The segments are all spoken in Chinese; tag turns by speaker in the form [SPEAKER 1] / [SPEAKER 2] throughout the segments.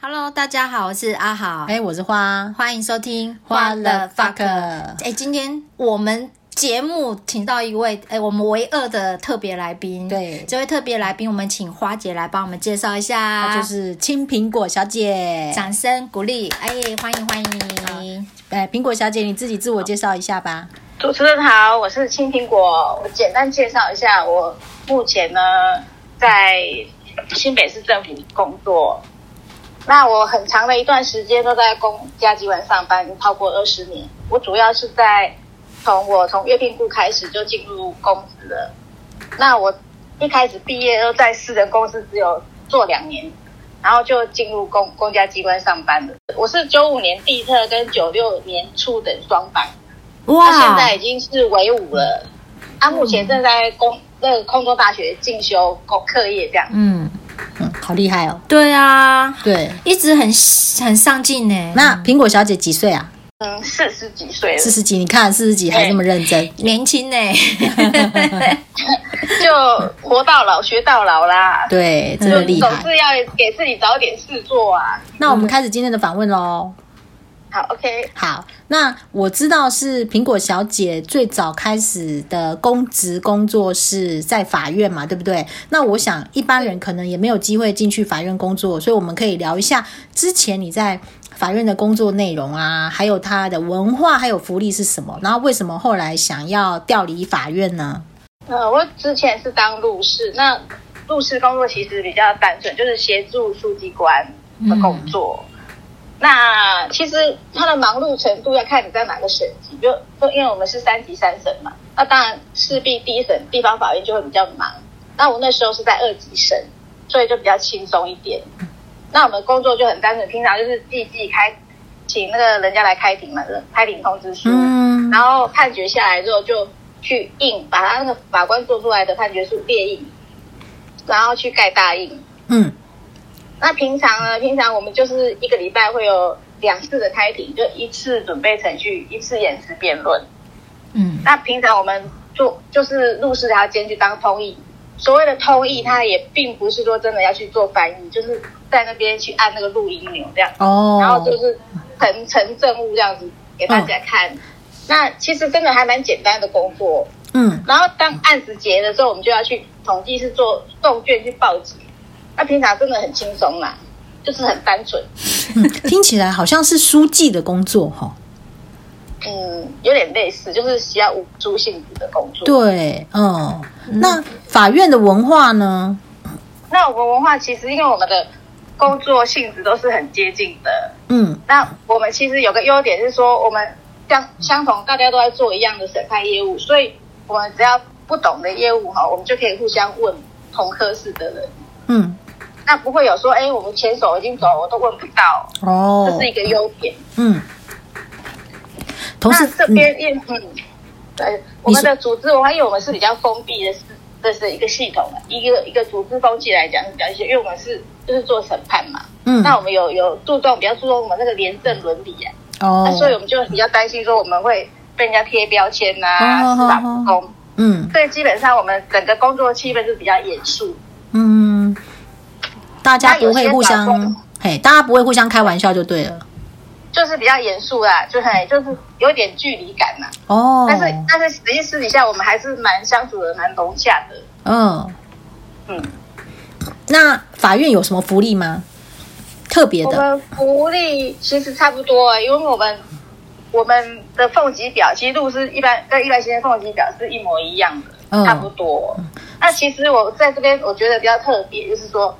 [SPEAKER 1] Hello，大家好，我是阿豪，
[SPEAKER 2] 哎、我是花，
[SPEAKER 1] 欢迎收听
[SPEAKER 2] 花了 fuck
[SPEAKER 1] 哎、今天我们节目请到一位，哎、我们唯二的特别来宾。
[SPEAKER 2] 对
[SPEAKER 1] 这位特别来宾，我们请花姐来帮我们介绍一下，
[SPEAKER 2] 她啊就是青苹果小姐。
[SPEAKER 1] 掌声鼓励，哎、欢迎嗯欢迎。
[SPEAKER 2] 哎，苹果小姐，你自己自我介绍一下吧。
[SPEAKER 3] 主持人好，我是青苹果。我简单介绍一下，我目前呢在新北市政府工作。那我很长的一段时间都在公家机关上班，超过二十年。我主要是在从我从月聘部开始就进入公职了。那我一开始毕业都在私人公司只有做两年，然后就进入公公家机关上班了。我是九五年地特跟九六年初等双班。
[SPEAKER 1] 哇
[SPEAKER 3] 他现在已经是唯五了，
[SPEAKER 2] 嗯
[SPEAKER 3] 他目前正在工那个空中大学进修工课业这样。
[SPEAKER 1] 嗯，
[SPEAKER 2] 嗯，好厉害哦。
[SPEAKER 1] 对啊，
[SPEAKER 2] 对，
[SPEAKER 1] 一直很很上进呢。
[SPEAKER 2] 那苹果小姐几岁啊？
[SPEAKER 3] 嗯，四十几岁了
[SPEAKER 2] 四，十几，你看四十几还那么认真。
[SPEAKER 1] 年轻 呢，
[SPEAKER 3] 就活到老学到老啦。
[SPEAKER 2] 对，真
[SPEAKER 3] 就
[SPEAKER 2] 的厉
[SPEAKER 3] 总
[SPEAKER 2] 害。
[SPEAKER 3] 是要给自己找点事做啊。
[SPEAKER 2] 那我们开始今天的访问喽。
[SPEAKER 3] 好，OK，
[SPEAKER 2] 好，那我知道是苹果小姐最早开始的公职工作是在法院嘛，对不对？那我想一般人可能也没有机会进去法院工作，所以我们可以聊一下之前你在法院的工作内容啊，还有它的文化还有福利是什么，然后为什么后来想要调离法院呢？
[SPEAKER 3] 呃，我之前是当律师，那律师工作其实比较单纯，就是协助书记官的工作。那其实他的忙碌程度要看你在哪个省级，就就因为我们是三级三省嘛，那当然势必第一省地方法院就会比较忙。那我那时候是在二级省，所以就比较轻松一点。那我们工作就很单纯，平常就是记记开，请那个人家来开庭嘛，开庭通知书，
[SPEAKER 2] 嗯
[SPEAKER 3] 然后判决下来之后就去印，把他那个法官做出来的判决书列印，然后去盖大印。
[SPEAKER 2] 嗯
[SPEAKER 3] 那平常呢？平常我们就是一个礼拜会有两次的开庭，就一次准备程序，一次延迟辩论。
[SPEAKER 1] 嗯，
[SPEAKER 3] 那平常我们做就是律师还要兼去当通译。所谓的通译，他也并不是说真的要去做翻译，就是在那边去按那个录音钮这样。
[SPEAKER 2] 哦，
[SPEAKER 3] 然后就是呈呈政务这样子给大家看。那其实真的还蛮简单的工作。
[SPEAKER 2] 嗯
[SPEAKER 3] 然后当案子结的时候，我们就要去统计是做送卷去报警。那平常真的很轻松啦，就是很单纯，
[SPEAKER 2] 嗯，听起来好像是书记的工作哈、
[SPEAKER 3] 嗯，有点类似，就是需要无助性质的工作。
[SPEAKER 2] 对，嗯，那法院的文化呢？
[SPEAKER 3] 那我们文化其实因为我们的工作性质都是很接近的，
[SPEAKER 2] 嗯
[SPEAKER 3] 那我们其实有个优点是说，我们相相同，大家都在做一样的审判业务，所以我们只要不懂的业务哈，我们就可以互相问同科室的人，
[SPEAKER 2] 嗯，
[SPEAKER 3] 那不会有说，哎，我们前手已经走，我都问不到，
[SPEAKER 2] 哦，
[SPEAKER 3] 这是一个优点。
[SPEAKER 2] 嗯，同
[SPEAKER 3] 那
[SPEAKER 2] 时
[SPEAKER 3] 这边也哦嗯，对，我们的组织文化，因为我们是比较封闭的，这是一个系统，啊一个一个组织风气来讲是比较因为我们是就是做审判嘛，
[SPEAKER 2] 嗯
[SPEAKER 3] 那我们有有注重比较注重我们那个廉政伦理啊。
[SPEAKER 2] 嗯哦
[SPEAKER 3] 那，所以我们就比较担心说我们会被人家贴标签呐、啊，
[SPEAKER 2] 哦
[SPEAKER 3] 司法不公。
[SPEAKER 2] 嗯
[SPEAKER 3] 所以基本上我们整个工作气氛是比较严肃。
[SPEAKER 2] 嗯，大家
[SPEAKER 3] 那有
[SPEAKER 2] 不会
[SPEAKER 3] 些
[SPEAKER 2] 互
[SPEAKER 3] 法
[SPEAKER 2] 相
[SPEAKER 3] 官
[SPEAKER 2] 嘿，大家不会互相开玩笑就对了。
[SPEAKER 3] 就是比较严肃啦，就很就是有点距离感呐、
[SPEAKER 2] 嗯哦，
[SPEAKER 3] 但是但是实际私底下我们还是蛮相处的蛮融洽的。
[SPEAKER 2] 嗯
[SPEAKER 3] 嗯，
[SPEAKER 2] 那法院有什么福利吗？特别
[SPEAKER 3] 我
[SPEAKER 2] 的
[SPEAKER 3] 们福利其实差不多、欸因为我们我们的俸级表其实律师一般跟一般先生俸级表是一模一样的，
[SPEAKER 2] 嗯
[SPEAKER 3] 差不多。那其实我在这边我觉得比较特别，就是说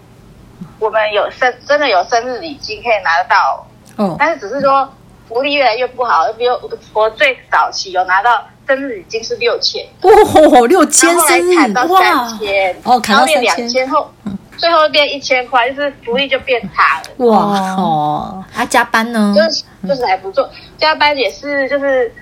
[SPEAKER 3] 我们有生真的有生日礼金可以拿得到，
[SPEAKER 2] 哦，
[SPEAKER 3] 但是只是说福利越来越不好，比如我最早期有拿到生日礼金是六千，
[SPEAKER 2] 哦，六
[SPEAKER 3] 然
[SPEAKER 2] 千
[SPEAKER 3] 后后来
[SPEAKER 2] 生日
[SPEAKER 3] 砍到
[SPEAKER 2] 哇
[SPEAKER 3] 三千，
[SPEAKER 2] 哦砍到嗯
[SPEAKER 3] 然后变
[SPEAKER 2] 3000
[SPEAKER 3] 两千后，最后变一千块，就是福利就变差了。
[SPEAKER 2] 哇哦，
[SPEAKER 1] 啊，加班呢？
[SPEAKER 3] 就是就是还不错，加班也是就是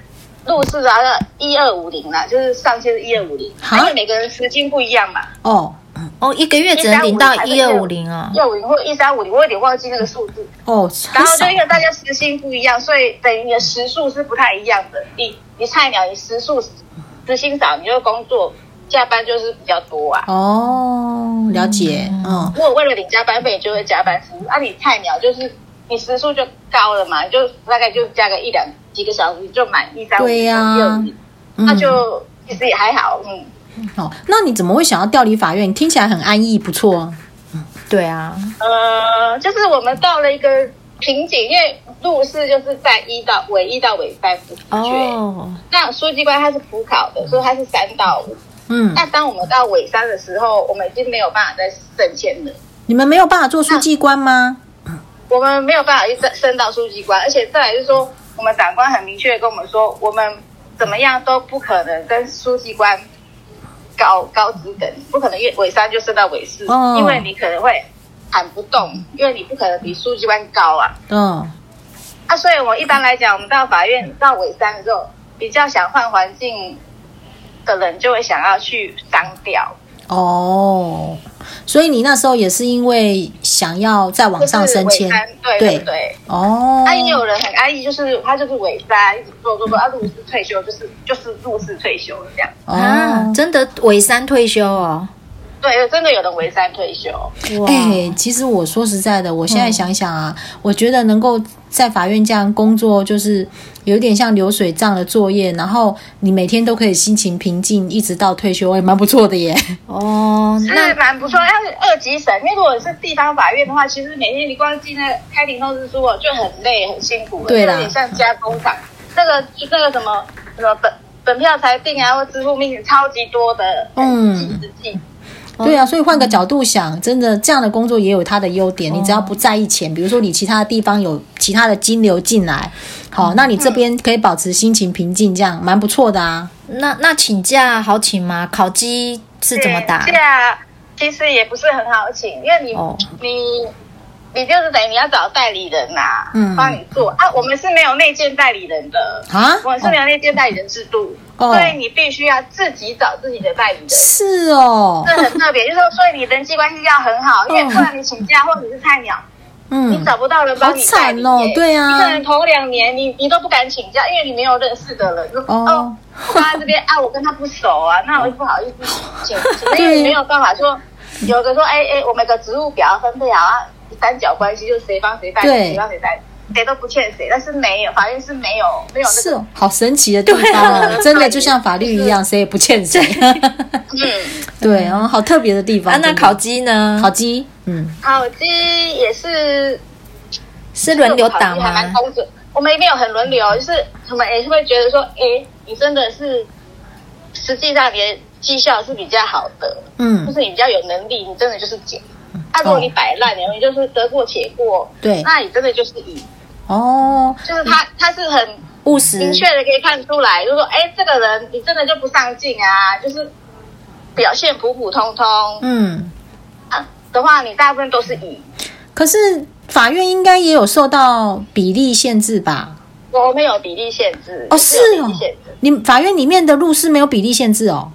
[SPEAKER 3] 入市啊，一二五零啦，就是上限是一二五零，
[SPEAKER 2] 哈
[SPEAKER 3] 因为每个人时薪不一样嘛，
[SPEAKER 2] 哦
[SPEAKER 1] 哦，一个月只能领到一二五零啊。
[SPEAKER 3] 一二五零或一三五零，我有点忘记那个数 字。
[SPEAKER 2] 哦，很
[SPEAKER 3] 然后就
[SPEAKER 2] 少
[SPEAKER 3] 因为大家时薪不一样，所以等于你的时数是不太一样的。你你菜鸟，你时数时薪少，你就工作加班就是比较多啊。
[SPEAKER 2] 哦，哦，了解，嗯，
[SPEAKER 3] 如果为了领加班费，你就会加班时数。啊，你菜鸟就是你时数就高了嘛，你就大概就加个一两几个小时你就满一三五
[SPEAKER 2] 对呀
[SPEAKER 3] 六，
[SPEAKER 2] 嗯
[SPEAKER 3] 那就其实也还好，嗯。
[SPEAKER 2] 哦，那你怎么会想要调离法院？听起来很安逸，不错啊。
[SPEAKER 1] 对啊，
[SPEAKER 3] 呃，就是我们到了一个瓶颈，因为入试就是在一到尾一到尾三不学。
[SPEAKER 1] 哦，
[SPEAKER 3] 那书记官他是普考的，所以他是三到五。
[SPEAKER 2] 嗯，
[SPEAKER 3] 那当我们到尾三的时候，我们已经没有办法再升迁了，
[SPEAKER 2] 你们没有办法做书记官吗？
[SPEAKER 3] 我们没有办法去升升到书记官，而且再来就是说，我们长官很明确地跟我们说，我们怎么样都不可能跟书记官高高职等，不可能越尾三就升到尾四，
[SPEAKER 2] 哦
[SPEAKER 3] 因为你可能会喊不动，因为你不可能比书记官高啊。
[SPEAKER 2] 嗯，
[SPEAKER 3] 啊，所以我一般来讲，我们到法院到尾三的时候，比较想换环境的人，就会想要去当调，
[SPEAKER 2] 哦，所以你那时候也是因为想要再往
[SPEAKER 3] 就是
[SPEAKER 2] 上升
[SPEAKER 3] 尾
[SPEAKER 2] 迁
[SPEAKER 3] 三，，对
[SPEAKER 2] 对
[SPEAKER 3] 对。
[SPEAKER 2] 哦，
[SPEAKER 3] 啊，也有人很安逸，就是他就是尾三，一直做做做，啊，入职退休，就是就是入职退休了这样。
[SPEAKER 1] 啊，
[SPEAKER 2] 哦，
[SPEAKER 1] 真的尾三退休哦，
[SPEAKER 3] 对，真的有人尾三退休，
[SPEAKER 1] 哇，
[SPEAKER 2] 哎、其实我说实在的，我现在想想啊，
[SPEAKER 3] 嗯
[SPEAKER 2] 我觉得能够在法院这样工作，就是有点像流水账的作业，然后你每天都可以心情平静，一直到退休，也蛮不错的耶。
[SPEAKER 1] 哦，那
[SPEAKER 3] 是蛮不错。要是二级审，因为如果是地方法院的话，其实每天你光记那开庭通知书哦，就很累很辛苦了，
[SPEAKER 2] 对啦
[SPEAKER 3] 有点像加工厂。那个那个什么什么本本票裁定啊，或支付命令，超级多的，
[SPEAKER 2] 嗯
[SPEAKER 3] 记记记。
[SPEAKER 2] 对啊，所以换个角度想，真的这样的工作也有它的优点。你只要不在意钱，比如说你其他的地方有其他的金流进来，好，那你这边可以保持心情平静，这样蛮不错的啊。
[SPEAKER 1] 那那请假好请吗？烤鸡是怎么打
[SPEAKER 3] 对？啊，其实也不是很好请，因为你、
[SPEAKER 1] 哦
[SPEAKER 3] 你你就是等于你要找代理人呐、
[SPEAKER 2] 嗯
[SPEAKER 3] 帮你做啊。我们是没有内建代理人的
[SPEAKER 2] 啊
[SPEAKER 3] 我们是没
[SPEAKER 1] 哦
[SPEAKER 3] 有内建代理人制度，
[SPEAKER 2] 哦
[SPEAKER 3] 所以你必须要自己找自己的代理人。
[SPEAKER 2] 是哦，
[SPEAKER 3] 这很特别，就是说，所以你人际关系要很好，因为
[SPEAKER 2] 哦
[SPEAKER 3] 不然你请假或者是菜鸟，
[SPEAKER 2] 嗯
[SPEAKER 3] 你，找不到人帮你
[SPEAKER 2] 好
[SPEAKER 3] 代
[SPEAKER 2] 惨
[SPEAKER 3] 理
[SPEAKER 2] 哦
[SPEAKER 3] 耶
[SPEAKER 2] 对啊
[SPEAKER 3] 你可能头两年你你都不敢请假，因为你没有认识的人。
[SPEAKER 2] 哦
[SPEAKER 3] 哦，我放在这边啊，我跟他不熟啊，那我就不好意思请，请因为
[SPEAKER 2] 对
[SPEAKER 3] 你没有办法说，有个说哎哎，我们有个职务表分配好啊，三角关系就是谁帮谁代理，
[SPEAKER 2] 对
[SPEAKER 3] 谁帮谁代理，谁都不欠谁，但是没有法院是没有没有
[SPEAKER 2] 是
[SPEAKER 3] 那个
[SPEAKER 2] 哦，好神奇的地方哦，真的就像法律一样，谁也不欠谁。
[SPEAKER 3] 嗯。
[SPEAKER 2] 对哦，好特别的地方。
[SPEAKER 1] 啊，那
[SPEAKER 2] 真的
[SPEAKER 1] 烤鸡呢
[SPEAKER 2] 烤？鸡，嗯，
[SPEAKER 3] 好鸡也是
[SPEAKER 1] 是轮流打
[SPEAKER 3] 还蛮
[SPEAKER 1] 吗？
[SPEAKER 3] 工整。我们也没有很轮流，就是我们也是会觉得说，哎，你真的是，实际上你的绩效是比较好的，
[SPEAKER 2] 嗯
[SPEAKER 3] 就是你比较有能力，你真的就是姐。啊，如果你摆烂，你就是得过且过，
[SPEAKER 2] 对
[SPEAKER 3] 那你真的就是赢。
[SPEAKER 2] 哦，
[SPEAKER 3] 就是他，他是很
[SPEAKER 1] 务实，
[SPEAKER 3] 明确的可以看出来，就是说，哎，这个人你真的就不上进啊，就是表现普普通通、
[SPEAKER 2] 嗯，
[SPEAKER 3] 啊的话，你大部分都是赢。
[SPEAKER 2] 可是法院应该也有受到比例限制吧？
[SPEAKER 3] 我们有比例限制，
[SPEAKER 2] 哦，
[SPEAKER 3] 是
[SPEAKER 2] 是
[SPEAKER 3] 有
[SPEAKER 2] 哦
[SPEAKER 3] 比例限制。，
[SPEAKER 2] 你法院里面的路是没有比例限制哦，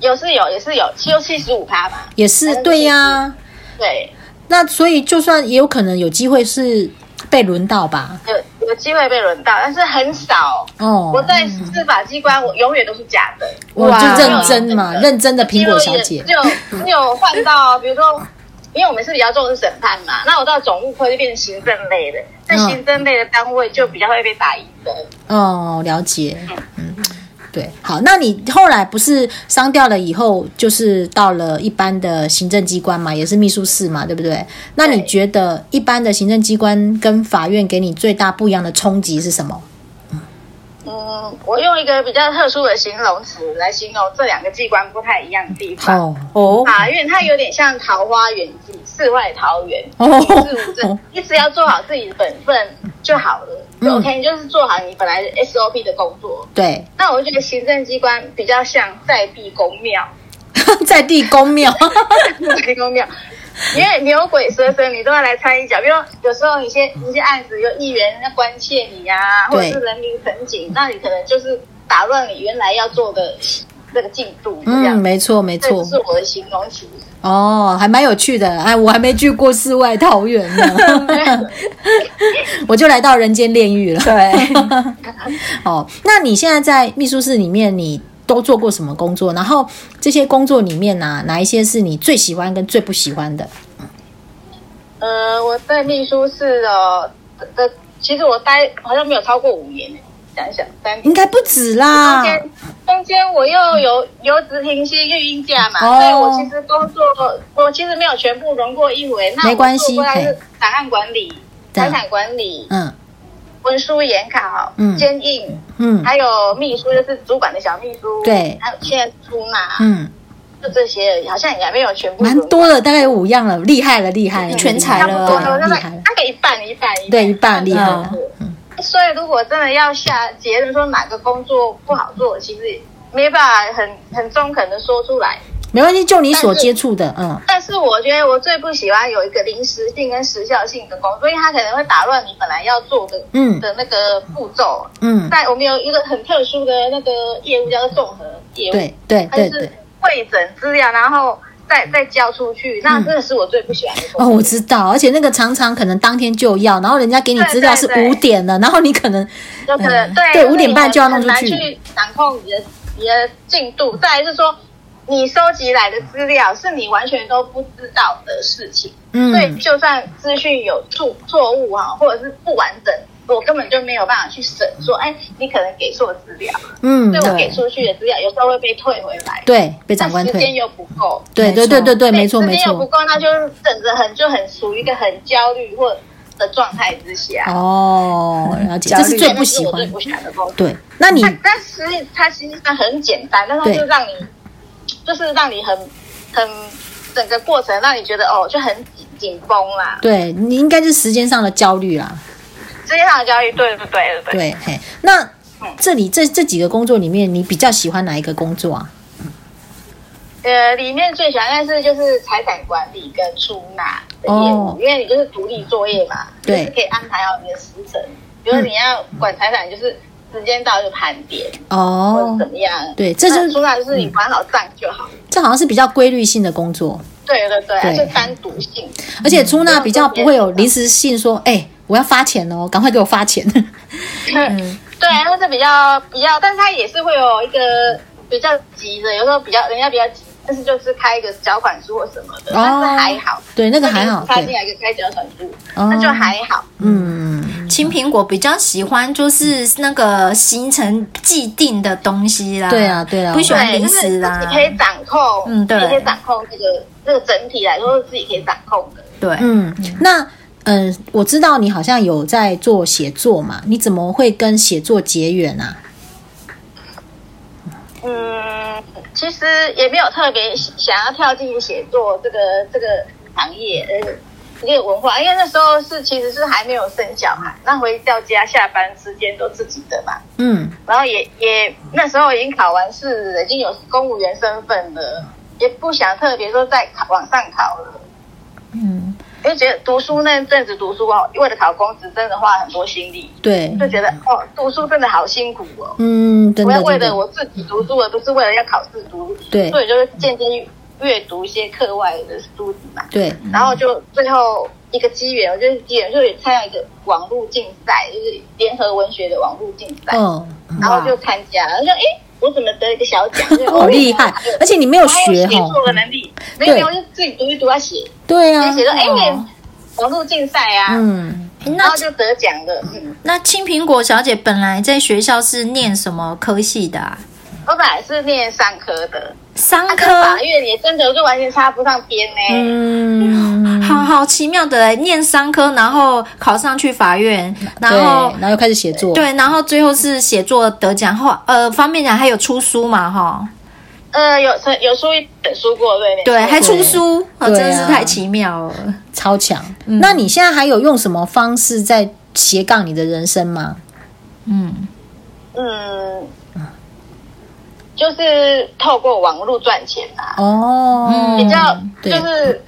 [SPEAKER 3] 有是有，也是有，就七十五趴吧。
[SPEAKER 2] 也是对呀、
[SPEAKER 3] 对，
[SPEAKER 2] 那所以就算也有可能有机会是被轮到吧？
[SPEAKER 3] 有有机会被轮到，但是很少。
[SPEAKER 2] 哦，
[SPEAKER 3] 我在司法机关，我永远都是假的。
[SPEAKER 2] 我
[SPEAKER 1] 哇
[SPEAKER 2] 就认真嘛，
[SPEAKER 3] 没有
[SPEAKER 2] 认真的苹果小姐
[SPEAKER 3] 只，有只有换到，比如说，因为我们是比较重视审判嘛，那我到总务科就变成行政类的，在
[SPEAKER 2] 嗯
[SPEAKER 3] 行政类的单位就比较会被打一针。
[SPEAKER 2] 哦，了解，嗯，对，好，那你后来不是商掉了以后，就是到了一般的行政机关嘛，也是秘书室嘛，对不对？那你
[SPEAKER 3] 对
[SPEAKER 2] 觉得一般的行政机关跟法院给你最大不一样的冲击是什么？
[SPEAKER 3] 嗯，我用一个比较特殊的形容词来形容这两个机关不太一样的地方。
[SPEAKER 2] 哦
[SPEAKER 1] 哦，
[SPEAKER 3] 法院它有点像桃花源记，世外桃源，
[SPEAKER 2] 哦嗯
[SPEAKER 3] 一事 无争，你只要做好自己的本分就好了。就 OK，你就是做好你本来 SOP 的工作。
[SPEAKER 2] 对，
[SPEAKER 3] 那我觉得行政机关比较像在地公庙，
[SPEAKER 2] 在地公庙，
[SPEAKER 3] 在地公庙，因为牛鬼蛇神你都要来参一脚。比如说有时候一些一些案子有议员在关切你呀、或者
[SPEAKER 2] 对
[SPEAKER 3] 是人民神警，那你可能就是打乱你原来要做的那个进度，这
[SPEAKER 2] 嗯，
[SPEAKER 3] 样。
[SPEAKER 2] 没错没
[SPEAKER 3] 这
[SPEAKER 2] 错，
[SPEAKER 3] 是我的形容词。
[SPEAKER 2] 哦，还蛮有趣的，哎，我还没去过世外桃源 呢， 我就来 到人间炼狱了。
[SPEAKER 1] 对，
[SPEAKER 2] 哦，那你现在在秘书室里面，你都做过什么工作，然后这些工作里面呢、哪一些是你最喜欢跟最不喜欢的？
[SPEAKER 3] 呃，我在秘书室哦的，其实我待好像没有超过五年，想一想三年。
[SPEAKER 2] 应该不止
[SPEAKER 3] 中
[SPEAKER 2] 啦，
[SPEAKER 3] 间中间我又有有职停薪育婴假嘛，
[SPEAKER 2] 哦
[SPEAKER 3] 所以我其实工作我其实没有全部融过一围。那我
[SPEAKER 2] 没关系
[SPEAKER 3] 做过来
[SPEAKER 2] 嘿
[SPEAKER 3] 是档案管理、
[SPEAKER 2] 对
[SPEAKER 3] 财产管理、
[SPEAKER 2] 嗯
[SPEAKER 3] 文书研考
[SPEAKER 2] 嗯、
[SPEAKER 3] 监印，
[SPEAKER 2] 嗯
[SPEAKER 3] 还有秘书就是主管的小秘书，
[SPEAKER 2] 对
[SPEAKER 3] 还有现在出纳，
[SPEAKER 2] 嗯，
[SPEAKER 3] 就这些而已，好像也还没有全部
[SPEAKER 2] 蛮
[SPEAKER 3] 融过
[SPEAKER 2] 多的，大概有五样了，厉害了，厉害了，
[SPEAKER 1] 全才
[SPEAKER 3] 差不
[SPEAKER 1] 了
[SPEAKER 3] 多了，
[SPEAKER 2] 对
[SPEAKER 3] 大
[SPEAKER 2] 厉
[SPEAKER 3] 概
[SPEAKER 2] 害了，
[SPEAKER 3] 大概一半一半一半，嗯
[SPEAKER 2] 对，一半厉害了，嗯
[SPEAKER 3] 所以如果真的要下结论说哪个工作不好做，其实没办法很很中肯的说出来。
[SPEAKER 2] 没关系，就你所
[SPEAKER 3] 但是
[SPEAKER 2] 接触的，嗯，
[SPEAKER 3] 但是我觉得我最不喜欢有一个临时性跟时效性的工作，因为它可能会打乱你本来要做的
[SPEAKER 2] 嗯
[SPEAKER 3] 的那个步骤。
[SPEAKER 2] 嗯，
[SPEAKER 3] 在我们有一个很特殊的那个业务叫做综合业务，
[SPEAKER 2] 对对
[SPEAKER 3] 它
[SPEAKER 2] 对
[SPEAKER 3] 就是
[SPEAKER 2] 对。
[SPEAKER 3] 会诊资料，然后再再交出去，那
[SPEAKER 2] 嗯
[SPEAKER 3] 这个是我最不喜欢的工
[SPEAKER 2] 哦，
[SPEAKER 3] 作。
[SPEAKER 2] 我知道，而且那个常常可能当天就要，然后人家给你资料是
[SPEAKER 3] 对对
[SPEAKER 2] 五
[SPEAKER 3] 对
[SPEAKER 2] 点了，然后你可能
[SPEAKER 3] 就可能、
[SPEAKER 2] 嗯
[SPEAKER 3] 对
[SPEAKER 2] 对
[SPEAKER 3] 就是
[SPEAKER 2] 5点半就要弄出去
[SPEAKER 3] 很难去掌控你的你的进度。再来是说，你收集来的资料是你完全都不知道的事情，所以
[SPEAKER 2] 嗯，
[SPEAKER 3] 就算资讯有错错误啊，或者是不完整，我根本就没有办法去审说，哎，你可能给错资料，
[SPEAKER 2] 嗯，
[SPEAKER 3] 所以我给
[SPEAKER 2] 对
[SPEAKER 3] 出去的资料有时候会被退回来，
[SPEAKER 2] 对，被
[SPEAKER 3] 但
[SPEAKER 2] 长官
[SPEAKER 3] 时间
[SPEAKER 2] 退，
[SPEAKER 3] 又不够，
[SPEAKER 2] 对对对对对，没错
[SPEAKER 3] 时
[SPEAKER 2] 没
[SPEAKER 3] 间又不
[SPEAKER 2] 错，
[SPEAKER 3] 够，那就等着很就很属于一个很焦虑或的状态之下。
[SPEAKER 2] 哦，了解，
[SPEAKER 1] 焦
[SPEAKER 2] 这
[SPEAKER 1] 虑
[SPEAKER 2] 是
[SPEAKER 3] 对
[SPEAKER 2] 最
[SPEAKER 3] 那
[SPEAKER 2] 不
[SPEAKER 3] 是
[SPEAKER 2] 喜
[SPEAKER 3] 我最
[SPEAKER 2] 欢，
[SPEAKER 3] 不喜欢的工作。
[SPEAKER 2] 对，那 你
[SPEAKER 3] 但但实际它其实上很简单，但它
[SPEAKER 2] 对
[SPEAKER 3] 就让你就是让你很很整个过程让你觉得哦就很紧紧绷啦，
[SPEAKER 2] 对你应该是时间上的焦虑啦，
[SPEAKER 3] 职业上的焦虑，对对对对对。
[SPEAKER 2] 对，嘿，那
[SPEAKER 3] 嗯
[SPEAKER 2] 这里这这几个工作里面，你比较喜欢哪一个工作啊？
[SPEAKER 3] 呃，里面最喜欢但是就是财产管理跟出纳的业务，
[SPEAKER 2] 哦
[SPEAKER 3] 因为你就是独立作业嘛，
[SPEAKER 2] 对
[SPEAKER 3] 就是可以安排好你的时程，比如
[SPEAKER 2] 嗯
[SPEAKER 3] 你要管财产就是。时间到就盘点，或者
[SPEAKER 2] 哦
[SPEAKER 3] 怎，么样？
[SPEAKER 2] 对这就是嗯
[SPEAKER 3] 那出纳就是你管好账就好。
[SPEAKER 2] 这好像是比较规律性的工作，
[SPEAKER 3] 对对对，
[SPEAKER 2] 对
[SPEAKER 3] 而且单独性。
[SPEAKER 2] 而且出纳比较不会有临时性说，哎、我要发钱哦，赶快给我发钱。
[SPEAKER 3] 对，它是比较比较，但是它也是会有一个比较急的，有时候比较人家比较急，但是就是开一个缴款书或什么的，但是还好，
[SPEAKER 2] 对，哦那个还
[SPEAKER 3] 就
[SPEAKER 2] 好，
[SPEAKER 3] 是开进
[SPEAKER 2] 对，
[SPEAKER 3] 来一个开缴款书，
[SPEAKER 2] 哦
[SPEAKER 3] 那就还好。
[SPEAKER 2] 嗯，
[SPEAKER 1] 青苹果比较喜欢就是那个行程既定的东西啦，
[SPEAKER 2] 对啊对啊
[SPEAKER 1] 不喜欢
[SPEAKER 3] 对，
[SPEAKER 1] 临
[SPEAKER 3] 就是
[SPEAKER 1] 时啦
[SPEAKER 3] 自己，可以掌控，
[SPEAKER 1] 嗯对
[SPEAKER 3] 自己可以掌控这个这个整体来说是自己可以掌控的。
[SPEAKER 1] 对，
[SPEAKER 2] 嗯，那嗯、呃我知道你好像有在做写作嘛，你怎么会跟写作结缘啊？
[SPEAKER 3] 嗯，其实也没有特别想要跳进写作这个这个行业，呃，这个文化，因为那时候是其实是还没有生小孩，那回到家下班时间都自己的嘛，
[SPEAKER 2] 嗯，
[SPEAKER 3] 然后也也那时候已经考完试了，已经有公务员身份了，也不想特别说再考往上考了，
[SPEAKER 2] 嗯，
[SPEAKER 3] 因为觉得读书那阵子读书哦，为了考公职真的花很多心力，
[SPEAKER 2] 对，
[SPEAKER 3] 就觉得哦，读书真的好辛苦哦。
[SPEAKER 2] 嗯，真
[SPEAKER 3] 我要
[SPEAKER 2] 的，
[SPEAKER 3] 为
[SPEAKER 2] 真
[SPEAKER 3] 了
[SPEAKER 2] 的，
[SPEAKER 3] 我自己读书，而不是为了要考试读。
[SPEAKER 2] 对
[SPEAKER 3] 所以就是渐渐阅读一些课外的书籍嘛。
[SPEAKER 2] 对，
[SPEAKER 3] 然后就最后一个机缘，我就是机缘，就也参加一个网络竞赛，就是联合文学的网络竞赛，
[SPEAKER 2] 哦，
[SPEAKER 3] 然后就参加了，就哎，诶我怎么得一个小奖？就是
[SPEAKER 2] 好哦厉害，而且你没有
[SPEAKER 3] 我还有
[SPEAKER 2] 学
[SPEAKER 3] 写
[SPEAKER 2] 哈，
[SPEAKER 3] 作的能力，没
[SPEAKER 2] 对
[SPEAKER 3] 有没有，就自己读一读要写，
[SPEAKER 2] 对啊
[SPEAKER 3] 就，写说哎，
[SPEAKER 1] 哦
[SPEAKER 3] 网络竞赛啊，
[SPEAKER 2] 嗯，
[SPEAKER 3] 然
[SPEAKER 1] 那
[SPEAKER 3] 后就得奖了。嗯，
[SPEAKER 1] 那青苹果小姐本来在学校是念什么科系的啊？
[SPEAKER 3] 我本来是念商科的，
[SPEAKER 1] 商
[SPEAKER 3] 啊跟
[SPEAKER 1] 科
[SPEAKER 3] 法，院也真的就完全插不上边呢、
[SPEAKER 2] 嗯，
[SPEAKER 1] 好好奇妙的欸，念商科，然后考上去法院，然后
[SPEAKER 2] 嗯对然后又开始写作，
[SPEAKER 1] 对，然后最后是写作得奖，后呃方便讲还有出书嘛哈，
[SPEAKER 3] 呃，有曾有出一本书过，对没错
[SPEAKER 1] 对，还出书，哦
[SPEAKER 2] 对啊
[SPEAKER 1] 真是太奇妙了。
[SPEAKER 2] 超强。那你现在还有用什么方式在斜杠你的人生吗？
[SPEAKER 1] 嗯，
[SPEAKER 3] 嗯，就是透过网络赚钱啊，
[SPEAKER 2] 哦，
[SPEAKER 1] 嗯
[SPEAKER 3] 比较就
[SPEAKER 2] 对
[SPEAKER 3] 是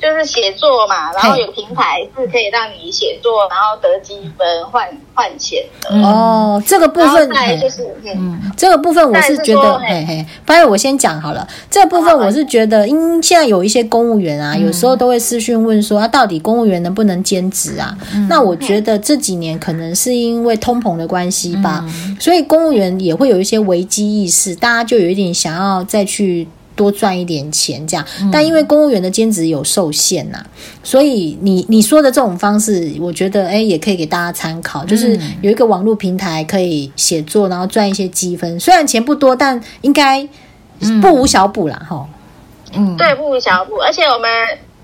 [SPEAKER 3] 就是写作嘛，然后
[SPEAKER 2] 嘿
[SPEAKER 3] 有平台是可以让你写作，然后得积分换换钱的。
[SPEAKER 2] 哦，这个部
[SPEAKER 3] 然后
[SPEAKER 2] 分
[SPEAKER 3] 再来
[SPEAKER 2] 嘿
[SPEAKER 3] 就是，嗯，
[SPEAKER 2] 这个部分我是觉得，
[SPEAKER 3] 但是
[SPEAKER 2] 嘿
[SPEAKER 3] 说
[SPEAKER 2] 嘿，不然我先讲好了。这部分我是觉得，因现在有一些公务员啊，有时候都会私讯问说，啊，到底公务员能不能兼职啊？那我觉得这几年可能是因为通膨的关系吧，所以公务员也会有一些危机意识，大家就有一点想要再去。多赚一点钱这样，但因为公务员的兼职有受限呐、啊所以你你说的这种方式，我觉得哎、诶也可以给大家参考，就是有一个网络平台可以写作，然后赚一些积分，虽然钱不多，但应该不无小补啦，哈、
[SPEAKER 1] 嗯
[SPEAKER 3] 对，不如小补。而且我们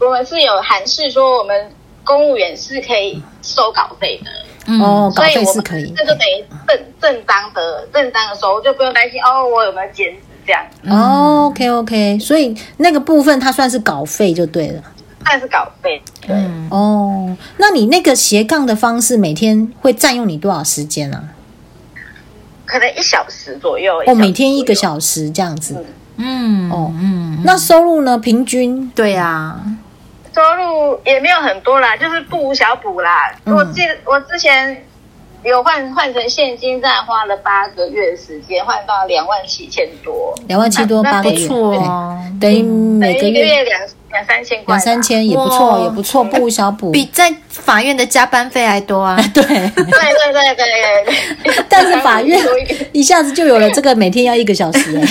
[SPEAKER 3] 我们是有函示说，我们公务员是可以收稿费的，
[SPEAKER 1] 嗯
[SPEAKER 2] 哦，稿
[SPEAKER 3] 所以
[SPEAKER 2] 费
[SPEAKER 3] 我
[SPEAKER 2] 是
[SPEAKER 3] 们
[SPEAKER 2] 可以，
[SPEAKER 3] 这就等于正正当的正当的收入，就不用担心哦，我有没有兼职这样，
[SPEAKER 2] 哦，OK OK，所以那个部分它算是稿费就对了。
[SPEAKER 3] 但是稿费。对，
[SPEAKER 2] 哦，那你那个斜杠的方式每天会占用你多少时间啊？
[SPEAKER 3] 可能一小时左右。
[SPEAKER 2] 哦，每天一个
[SPEAKER 3] 时
[SPEAKER 2] 小时这样子。
[SPEAKER 1] 嗯，
[SPEAKER 2] 哦
[SPEAKER 1] 嗯，
[SPEAKER 2] 那收入呢？平均
[SPEAKER 1] 对啊呀，
[SPEAKER 3] 左右收入也没有很多啦，就是不无小补啦。
[SPEAKER 2] 嗯
[SPEAKER 3] 我记得我之前有换换成现金，再花了八个月的时间，换到两万七千多，
[SPEAKER 2] 两万七多
[SPEAKER 3] 那啊
[SPEAKER 2] 八个
[SPEAKER 1] 不
[SPEAKER 2] 月，
[SPEAKER 1] 错哦，
[SPEAKER 2] 对等于每
[SPEAKER 3] 等
[SPEAKER 2] 个
[SPEAKER 3] 于一个
[SPEAKER 2] 月
[SPEAKER 3] 月两两三千块吧，
[SPEAKER 2] 两三千也不错，
[SPEAKER 1] 哇
[SPEAKER 2] 也不错，不无小补。
[SPEAKER 1] 比在法院的加班费还多啊。
[SPEAKER 2] 对，。
[SPEAKER 3] 对。对对对对对
[SPEAKER 2] 但是法院
[SPEAKER 3] 多一个
[SPEAKER 2] 一下子就有了这个每天要一个小 时，哎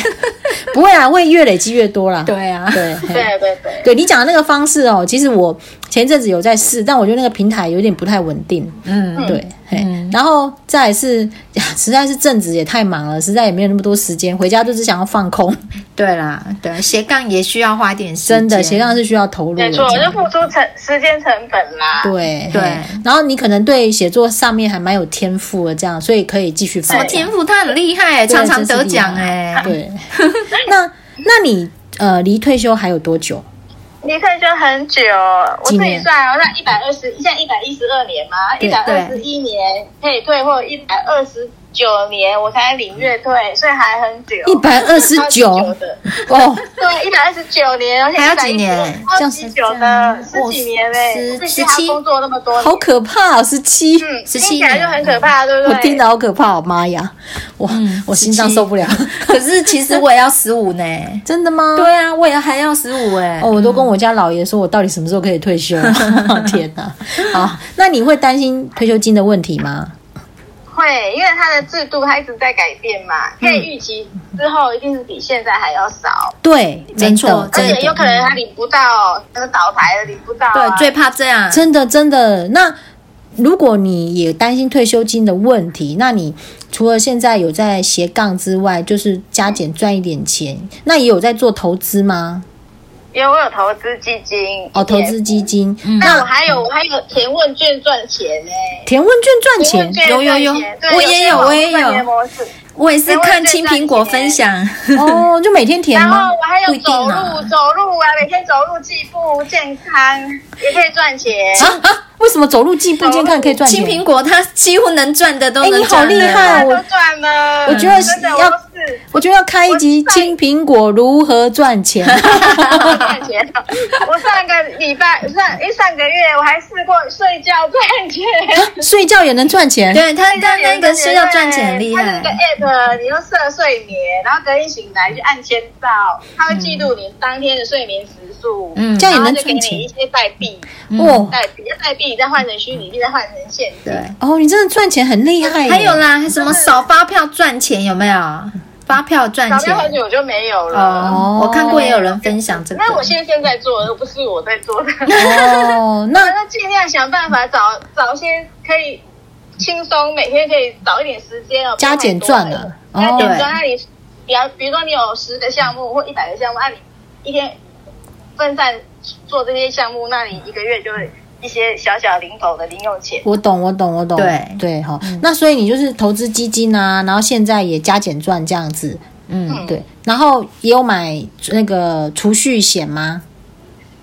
[SPEAKER 2] 不会啊，会越累积越多啦。
[SPEAKER 1] 对啊，
[SPEAKER 2] 对嘿
[SPEAKER 3] 对对对，
[SPEAKER 2] 对你讲的那个方式哦，其实我前一阵子有在试，但我觉得那个平台有点不太稳定。
[SPEAKER 1] 嗯，
[SPEAKER 2] 对，嘿，然后再来是，实在是正职也太忙了，实在也没有那么多时间，回家就只想要放空。
[SPEAKER 1] 对啦，对，啊斜杠也需要花一点时间，
[SPEAKER 2] 真的，斜杠是需要投入的。
[SPEAKER 3] 没错，我就付出成时间成本啦。
[SPEAKER 2] 对
[SPEAKER 1] 对
[SPEAKER 2] 嘿然后你可能对写作上面还蛮有天赋的，这样，所以可以继续
[SPEAKER 1] 什
[SPEAKER 2] 发
[SPEAKER 1] 么
[SPEAKER 2] 展。
[SPEAKER 1] 天赋，他很厉害，欸
[SPEAKER 2] 对
[SPEAKER 1] 常常得奖哎。
[SPEAKER 2] 对， 那那你呃离退休还有多久？
[SPEAKER 3] 离退休很久，我
[SPEAKER 2] 几
[SPEAKER 3] 自
[SPEAKER 2] 年
[SPEAKER 3] 己算哦，那一百二十，现在一百一十二年嘛，
[SPEAKER 2] 对
[SPEAKER 3] 一百二十一年可以退货，一百二十九年我才领月退，所以还很久。
[SPEAKER 2] 一百二十九
[SPEAKER 3] 129的，
[SPEAKER 2] 哦，
[SPEAKER 3] 对，一百二十九年，而且
[SPEAKER 1] 还要几年
[SPEAKER 3] 二十九的十几年嘞、
[SPEAKER 1] 十
[SPEAKER 2] 哦
[SPEAKER 3] 我必须还
[SPEAKER 1] 十七
[SPEAKER 3] 工作那么多年，
[SPEAKER 2] 好可怕、哦，十七、
[SPEAKER 3] 嗯，
[SPEAKER 1] 十
[SPEAKER 3] 听
[SPEAKER 1] 七
[SPEAKER 3] 起来就很可怕，对不
[SPEAKER 2] 我
[SPEAKER 3] 对？
[SPEAKER 2] 听的好可怕、哦，妈呀，我、
[SPEAKER 1] 嗯
[SPEAKER 2] 我心脏
[SPEAKER 1] 17
[SPEAKER 2] 受 不了。
[SPEAKER 1] 可是其实我也要十五呢。
[SPEAKER 2] 真的吗？
[SPEAKER 1] 对啊，我也还要十五哎
[SPEAKER 2] 哦，。我都跟我家老爷说，我到底什么时候可以 退休？天哪！好，那你会担心退休金的问题吗？
[SPEAKER 3] 会，因为它的制度它一直在改变嘛，
[SPEAKER 2] 嗯
[SPEAKER 3] 可以预期之后一定是比现在还要少，
[SPEAKER 2] 对，真
[SPEAKER 1] 没错
[SPEAKER 2] 的，
[SPEAKER 3] 而
[SPEAKER 2] 真
[SPEAKER 3] 且有
[SPEAKER 2] 的，
[SPEAKER 3] 可能他领不到，那个倒台了领不到、啊，
[SPEAKER 1] 对，最怕这样。
[SPEAKER 2] 真的，真的。那如果你也担心退休金的问题，那你除了现在有在斜杠之外，就是加减赚一点钱，那也有在做投资吗？
[SPEAKER 3] 因为我有投资基金
[SPEAKER 2] 哦，投资，基金，
[SPEAKER 3] 那我还有嗯我还有填问卷赚钱呢、
[SPEAKER 2] 填问卷
[SPEAKER 3] 填
[SPEAKER 2] 赚钱
[SPEAKER 3] 问卷赚钱
[SPEAKER 1] 有有有
[SPEAKER 3] 对
[SPEAKER 1] 我也有
[SPEAKER 3] 些网
[SPEAKER 1] 我也有
[SPEAKER 3] 赚钱模式，
[SPEAKER 1] 我也是看青苹果分享，
[SPEAKER 2] 哦，就每天填
[SPEAKER 3] 然
[SPEAKER 2] 吗
[SPEAKER 3] 后？我还
[SPEAKER 1] 不
[SPEAKER 3] 有
[SPEAKER 1] 一定
[SPEAKER 3] 走
[SPEAKER 1] 啊
[SPEAKER 3] 路走路啊，每天走路进步健康，也可以赚钱。
[SPEAKER 2] 啊啊！为什么走路既不健康可以赚
[SPEAKER 1] 青
[SPEAKER 2] 钱？
[SPEAKER 1] 苹果它几乎能赚的都
[SPEAKER 2] 哎
[SPEAKER 1] 能
[SPEAKER 2] 你好
[SPEAKER 1] 赚了
[SPEAKER 2] 厉害
[SPEAKER 3] 都赚了，
[SPEAKER 2] 我觉得
[SPEAKER 3] 真的
[SPEAKER 2] 要
[SPEAKER 3] 我都是
[SPEAKER 2] 我觉得要开一集
[SPEAKER 3] 我
[SPEAKER 2] 《青苹果如何赚 钱》啊
[SPEAKER 3] 赚钱的。我上个礼拜上一上个月我还试过睡觉赚钱，
[SPEAKER 2] 睡觉也能赚钱。
[SPEAKER 1] 对他，他那个是要赚钱很厉
[SPEAKER 3] 它有
[SPEAKER 1] 害
[SPEAKER 3] 一，个 app，你用设睡眠，然后隔天醒来去按签到，它会记录你当天的睡眠时数，
[SPEAKER 1] 嗯
[SPEAKER 2] 这样也
[SPEAKER 3] 然后
[SPEAKER 2] 能
[SPEAKER 3] 就给
[SPEAKER 2] 赚
[SPEAKER 3] 你一
[SPEAKER 2] 钱
[SPEAKER 3] 些代币，
[SPEAKER 2] 哦
[SPEAKER 3] 代币，代币再换成虚拟币，再换成现金。
[SPEAKER 1] 对。
[SPEAKER 2] 哦，你真的赚钱很厉害耶。
[SPEAKER 1] 还有啦，什么扫发票赚钱有没有？发票赚
[SPEAKER 3] 搞
[SPEAKER 1] 钱
[SPEAKER 3] 掉很久我就没有了。
[SPEAKER 1] 哦，我看过也有人分享这个。
[SPEAKER 3] 那我现在正在做，又不是我在 做的，
[SPEAKER 2] 哦，那
[SPEAKER 3] 那尽量想办法找找些可以轻松，每天可以找一点时间哦，
[SPEAKER 2] 加减赚了
[SPEAKER 3] 不要太多加
[SPEAKER 1] 哦
[SPEAKER 3] 减赚，那你比方比如说你有十个项目或一百个项目，那你一天分散做这些项目，那你一个月就是一些小小零头的零用钱。
[SPEAKER 2] 我懂，我懂，我懂。
[SPEAKER 1] 对
[SPEAKER 2] 对，好。那所以你就是投资基金啊，然后现在也加减赚这样子。
[SPEAKER 1] 嗯，
[SPEAKER 2] 对，然后也有买那个储蓄险吗？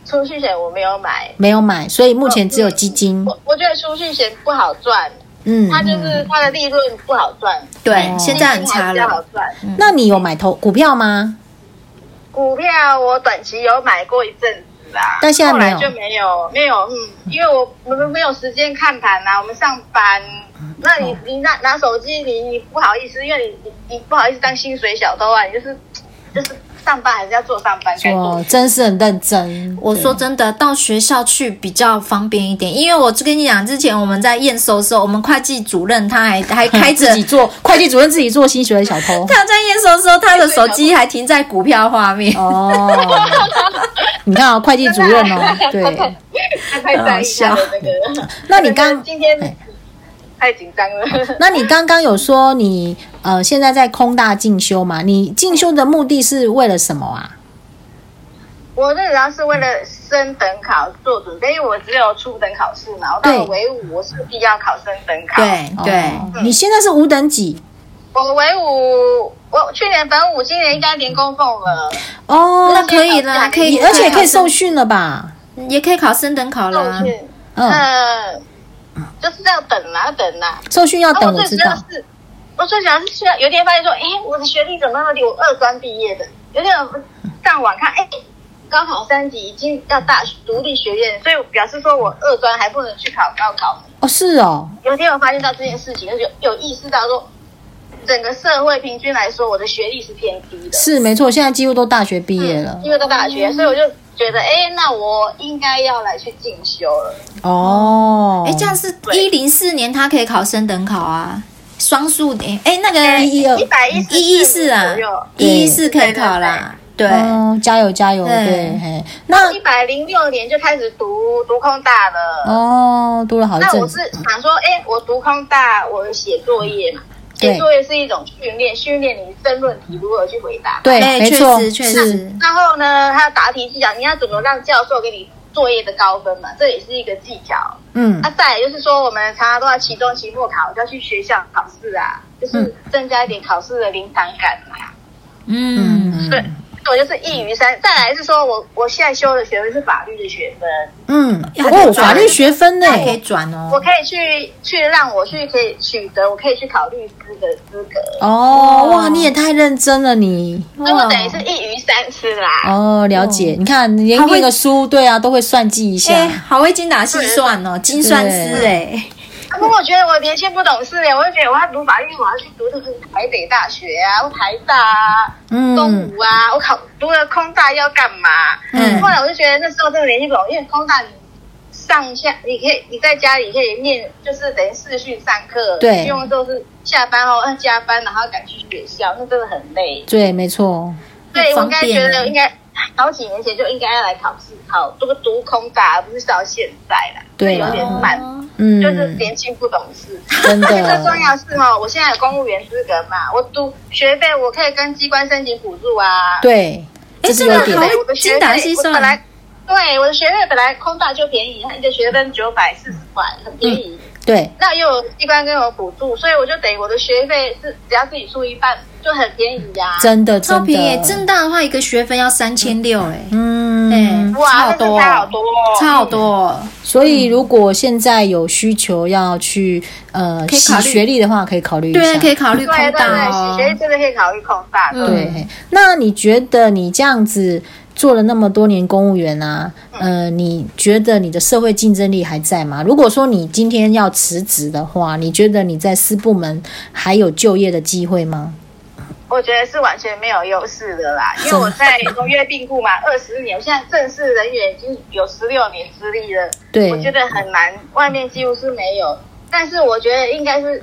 [SPEAKER 3] 储蓄险我没有买，
[SPEAKER 2] 没有买，所以目前只有基
[SPEAKER 1] 嗯
[SPEAKER 2] 金。
[SPEAKER 3] 我我觉得储蓄险不好赚，
[SPEAKER 2] 嗯，
[SPEAKER 3] 它哦就是它的利润不好赚，
[SPEAKER 1] 对，现在很差
[SPEAKER 3] 基金还比较好
[SPEAKER 1] 了。
[SPEAKER 3] 赚。
[SPEAKER 2] 那你有买投股票吗？
[SPEAKER 3] 股票我短期有买过一阵子，啦。
[SPEAKER 2] 但现在
[SPEAKER 3] 后
[SPEAKER 2] 没
[SPEAKER 3] 来
[SPEAKER 2] 有
[SPEAKER 3] 就没有没有，嗯，因为我我们没有时间看盘啊，我们上班。
[SPEAKER 2] 嗯
[SPEAKER 3] 那
[SPEAKER 2] 哦
[SPEAKER 3] 你你拿拿手机，你你不好意思，因为你你你不好意思当薪水小偷啊，你就是就是上班还是要做上班该做
[SPEAKER 2] 我真是啊很 认真。
[SPEAKER 1] 我说真的，到学校去比较方便一点，因为我跟你讲，之前我们在验收的时候，我们会计主任他还还开着
[SPEAKER 2] 自己做会计主任自己做薪水的小
[SPEAKER 1] 。
[SPEAKER 2] 偷
[SPEAKER 1] 他在验收的时候，他的手机还停在股票画面。
[SPEAKER 2] 哦，你看啊、会计主任 哦，对，啊
[SPEAKER 3] 他太在意他的那 个。
[SPEAKER 2] 那你刚
[SPEAKER 3] 今天
[SPEAKER 2] 哎
[SPEAKER 3] 太紧张 了。
[SPEAKER 2] 那你刚刚有说你呃现在在空大进修嘛？你进修的目的是为了什么啊？
[SPEAKER 3] 我那主要是为了升等考做准备，因为我只有初等考试嘛，我到了
[SPEAKER 2] 对
[SPEAKER 3] 唯五我是必要考升等考。，
[SPEAKER 1] 对对，
[SPEAKER 2] 哦你现在是五等几
[SPEAKER 3] 我唯五，我去年本五，今年应该零供奉了，
[SPEAKER 2] 哦？
[SPEAKER 1] 那可以啦，可以，
[SPEAKER 2] 而且可
[SPEAKER 1] 考
[SPEAKER 2] 以受
[SPEAKER 1] 生，
[SPEAKER 2] 训了吧？
[SPEAKER 1] 也可以考升等考
[SPEAKER 3] 那
[SPEAKER 1] 啦
[SPEAKER 3] 我。去，
[SPEAKER 2] 嗯，
[SPEAKER 3] 嗯，就是要等啦，要等啦。
[SPEAKER 2] 受训要
[SPEAKER 3] 然后
[SPEAKER 2] 等，
[SPEAKER 3] 我
[SPEAKER 2] 我
[SPEAKER 3] 最
[SPEAKER 2] 知
[SPEAKER 1] 哦
[SPEAKER 3] 主要
[SPEAKER 2] 道。
[SPEAKER 3] 是，我最主要是需要有一天发现说，哎，我的学历怎么那么低？我二专毕业的，有点上网看，哎。高考三级已经要大学独立学院，所以表示说我二专还不能去考高考，
[SPEAKER 2] 哦，是哦，
[SPEAKER 3] 有一天我发现到这件事情，就是有有意识到说，整个社会平均来说，我的学历是偏低的，
[SPEAKER 2] 是没错，现在几乎都大学毕业了。
[SPEAKER 3] 因为到大学，所以我就觉得，哎，那我应该要来去进修了。
[SPEAKER 2] 哦，
[SPEAKER 1] 嗯哎，这样是
[SPEAKER 3] 对
[SPEAKER 1] 一零四年，他可以考升等考啊，双数年。哎，那个
[SPEAKER 2] 一一二
[SPEAKER 3] 一百一十
[SPEAKER 1] 一一四啊
[SPEAKER 3] 左右，
[SPEAKER 1] 一一四可以考啦。对，
[SPEAKER 2] 哦，加油加油，
[SPEAKER 1] 对
[SPEAKER 2] 对，嘿，那
[SPEAKER 3] 一百零六年就开始读读空大了。
[SPEAKER 2] 哦，多了好一
[SPEAKER 3] 那我
[SPEAKER 2] 阵
[SPEAKER 3] 是
[SPEAKER 2] 子，
[SPEAKER 3] 想说，哎，我读空大，我有写作业嘛，
[SPEAKER 2] 对
[SPEAKER 3] 写作业是一种训练，训练你申论题如何去回答。
[SPEAKER 2] 对，
[SPEAKER 1] 哎
[SPEAKER 2] 没
[SPEAKER 1] 确
[SPEAKER 2] 错，
[SPEAKER 1] 实确
[SPEAKER 2] 是，
[SPEAKER 1] 实，
[SPEAKER 3] 然后呢，还有答题技巧，你要怎么让教授给你作业的高分嘛？这也是一个技巧。
[SPEAKER 2] 嗯
[SPEAKER 3] 那、，
[SPEAKER 1] 啊
[SPEAKER 3] 啊再来就是说，我们常常都要期中、期末考，就要去学校考试啊，就是增加一点考试的临场感嘛、
[SPEAKER 1] 嗯，
[SPEAKER 3] 对，我就是一鱼三。再来是说我我现在修的学分是法律的学分，
[SPEAKER 2] 嗯，
[SPEAKER 1] 可
[SPEAKER 2] 哦，
[SPEAKER 1] 以转
[SPEAKER 2] 法律学分呢？
[SPEAKER 1] 他可以转
[SPEAKER 3] 我
[SPEAKER 1] 哦。
[SPEAKER 3] 可以去去让我去可以取得，我可以去考律师的资格。
[SPEAKER 2] 哦，
[SPEAKER 1] 哇
[SPEAKER 2] 哇，你也太认真了，你。
[SPEAKER 3] 所以我等于是一鱼三吃啦。
[SPEAKER 2] 哦，了解。你看，连
[SPEAKER 1] 还会
[SPEAKER 2] 那个书，对啊，都会算计一下。
[SPEAKER 1] 哎，好会精打细算哦，精算师
[SPEAKER 2] 对
[SPEAKER 1] 哎，
[SPEAKER 3] 啊不过我觉得我年轻不懂事耶，我就觉得我要读法律，我要去读那个台北大学啊，或台大啊。东
[SPEAKER 2] 嗯，
[SPEAKER 3] 吴啊，我考读了空大要干嘛？
[SPEAKER 2] 嗯
[SPEAKER 3] 后来我就觉得那时候这个联系不懂，因为空大你上下你可以你在家里可以念，就是等于视讯上课，
[SPEAKER 2] 对
[SPEAKER 3] 用都是下班后要加班，然后赶去学校，那真的很累。
[SPEAKER 2] 对，没错。
[SPEAKER 1] 那
[SPEAKER 3] 对，我
[SPEAKER 1] 方
[SPEAKER 3] 应该
[SPEAKER 1] 便
[SPEAKER 3] 觉
[SPEAKER 1] 呢
[SPEAKER 3] 得应该好几年前就应该要来考试，考这个读空大，而不是到现在啦，
[SPEAKER 2] 对
[SPEAKER 3] 有
[SPEAKER 2] 啦
[SPEAKER 3] 点慢，
[SPEAKER 2] 嗯，
[SPEAKER 3] 就是年轻不懂事。
[SPEAKER 2] 真
[SPEAKER 3] 而 且最重
[SPEAKER 2] 的，
[SPEAKER 3] 要是哦哈，我现在有公务员资格嘛，我读学费我可以跟机关申请补助啊，
[SPEAKER 2] 对，这是
[SPEAKER 1] 哎真的
[SPEAKER 2] 优点
[SPEAKER 1] 好。
[SPEAKER 3] 对我的学
[SPEAKER 1] 精打细
[SPEAKER 3] 费，我
[SPEAKER 1] 算
[SPEAKER 3] 本来对我的学费本来空大就便宜，一个学分九百四十块，很便宜。
[SPEAKER 1] 嗯
[SPEAKER 2] 对，
[SPEAKER 3] 那又有机关跟我补助，所以我就等于我的学费是只要自己出一半，就很便宜呀、
[SPEAKER 2] 真的，
[SPEAKER 1] 超
[SPEAKER 2] 真
[SPEAKER 1] 便宜，
[SPEAKER 2] 的，
[SPEAKER 1] 正大的话一个学分要三千六哎，
[SPEAKER 2] 嗯
[SPEAKER 1] 哎，差
[SPEAKER 3] 哇，
[SPEAKER 1] 好
[SPEAKER 3] 那
[SPEAKER 1] 多
[SPEAKER 3] 是
[SPEAKER 1] 哦，
[SPEAKER 3] 差好多哦，
[SPEAKER 1] 差好多哦。
[SPEAKER 2] 所以如果现在有需求要去呃
[SPEAKER 1] 可以
[SPEAKER 2] 洗
[SPEAKER 1] 考虑
[SPEAKER 2] 学历的话，可以考虑一下。
[SPEAKER 1] 对，可啊以考虑
[SPEAKER 3] 对
[SPEAKER 1] 空
[SPEAKER 3] 对
[SPEAKER 1] 大
[SPEAKER 3] 对，洗
[SPEAKER 1] 哦。
[SPEAKER 3] 学历真的可以考虑空大，
[SPEAKER 1] 嗯
[SPEAKER 3] 对，
[SPEAKER 2] 对，那你觉得你这样子做了那么多年公务员啊，呃，你觉得你的社会竞争力还在吗？如果说你今天要辞职的话，你觉得你在私部门还有就业的机会吗？
[SPEAKER 3] 我觉得是完全没有优势的啦，因为我在农业病故嘛，二十年，我现在正式人员已经有十六年资历了，
[SPEAKER 2] 对
[SPEAKER 3] 我觉得很难，外面几乎是没有。但是我觉得应该是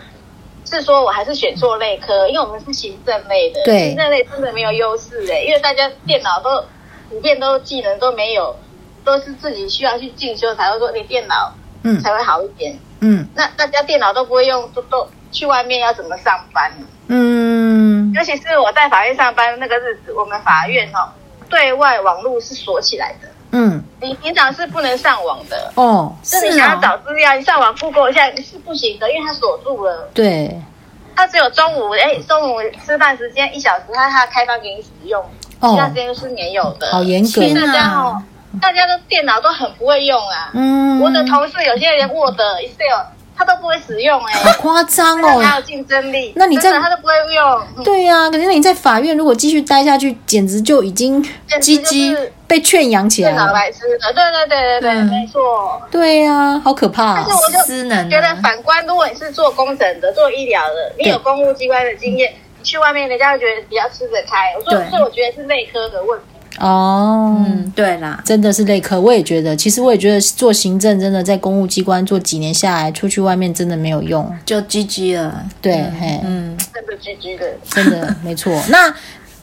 [SPEAKER 3] 是说我还是选错类科，因为我们是行政类的，
[SPEAKER 2] 对
[SPEAKER 3] 行政类真的没有优势诶、因为大家电脑都普遍都技能都没有，都是自己需要去进修才会说你电脑
[SPEAKER 2] 嗯
[SPEAKER 3] 才会好一点。
[SPEAKER 2] 嗯
[SPEAKER 3] 那大家电脑都不会用，都都去外面要怎么上班呢？
[SPEAKER 2] 嗯，
[SPEAKER 3] 尤其是我在法院上班的那个日子，我们法院哦，对外网络是锁起来的，
[SPEAKER 2] 嗯，
[SPEAKER 3] 你平常是不能上网的。
[SPEAKER 2] 哦，
[SPEAKER 3] 就是你
[SPEAKER 1] 是
[SPEAKER 3] 想
[SPEAKER 1] 哦
[SPEAKER 3] 要找资料，你上网 Google 一下是不行的，因为它锁住了。
[SPEAKER 2] 对，
[SPEAKER 3] 它只有中午，哎，中午吃饭时间一小时，它它开放给你使用，
[SPEAKER 2] 哦
[SPEAKER 3] 其他时间是没有的。
[SPEAKER 2] 好严格，啊
[SPEAKER 1] 天
[SPEAKER 3] 大家
[SPEAKER 1] 哪
[SPEAKER 3] 哦，大家的电脑都很不会用啊。
[SPEAKER 2] 嗯，
[SPEAKER 3] 我的同事有些人 Word、Excel，他都不会使用哎、
[SPEAKER 2] 好夸张
[SPEAKER 3] 真的哪
[SPEAKER 2] 哦
[SPEAKER 3] 有！竞争力？
[SPEAKER 2] 那你在
[SPEAKER 3] 真的他都不会用，嗯
[SPEAKER 2] 对呀、可是你在法院如果继续待下去，简直就已经
[SPEAKER 3] 简直
[SPEAKER 2] 鸡
[SPEAKER 3] 就是
[SPEAKER 2] 鸡被圈养起来
[SPEAKER 3] 电脑
[SPEAKER 2] 了。
[SPEAKER 3] 来吃的。对对对对对，
[SPEAKER 1] 嗯
[SPEAKER 3] 没错。
[SPEAKER 2] 对呀、好可怕、
[SPEAKER 3] 但是我就
[SPEAKER 1] 私能
[SPEAKER 3] 觉得
[SPEAKER 1] 啊，
[SPEAKER 3] 反观，如果你是做工程的、做医疗的，你有
[SPEAKER 2] 对
[SPEAKER 3] 公务机关的经验，你去外面人家会觉得比较吃得开。我说，
[SPEAKER 2] 对
[SPEAKER 3] 所以我觉得是内科的问题。
[SPEAKER 2] 哦。
[SPEAKER 1] 嗯，对啦，
[SPEAKER 2] 真的是累科，我也觉得。其实我也觉得做行政真的在公务机关做几年下来，出去外面真的没有用。
[SPEAKER 1] 就 GG 了。
[SPEAKER 2] 对，嘿，
[SPEAKER 1] 嗯，
[SPEAKER 3] 真的居居的，
[SPEAKER 2] 真的没错。 那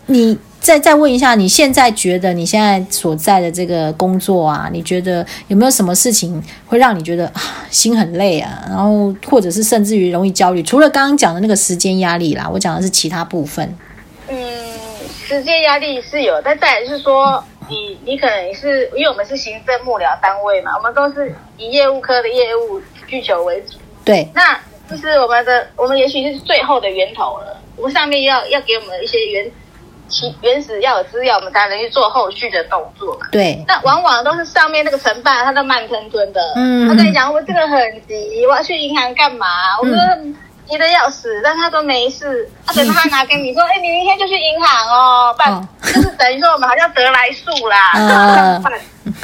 [SPEAKER 2] 你再再问一下，你现在觉得你现在所在的这个工作啊，你觉得有没有什么事情会让你觉得啊心很累啊？然后或者是甚至于容易焦虑？除了刚刚讲的那个时间压力啦，我讲的是其他部分。
[SPEAKER 3] 嗯，时间压力是有，但再来是说，你你可能是因为我们是行政幕僚单位嘛，我们都是以业务科的业务需求为主。
[SPEAKER 2] 对，
[SPEAKER 3] 那就是我们的，我们也许是最后的源头了。我们上面要要给我们一些原其原始要有资料，我们才能去做后续的动作嘛。
[SPEAKER 2] 对，
[SPEAKER 3] 那往往都是上面那个承办，他都慢吞吞的，
[SPEAKER 2] 嗯
[SPEAKER 3] 他跟你讲我这个很急，我要去银行干嘛？我说急得要死，但他都没事。他等他拿给你说，哎、你明天就去银行哦，办、
[SPEAKER 2] 哦
[SPEAKER 3] 就是等于说我们好像得来速啦，
[SPEAKER 2] 嗯
[SPEAKER 3] 办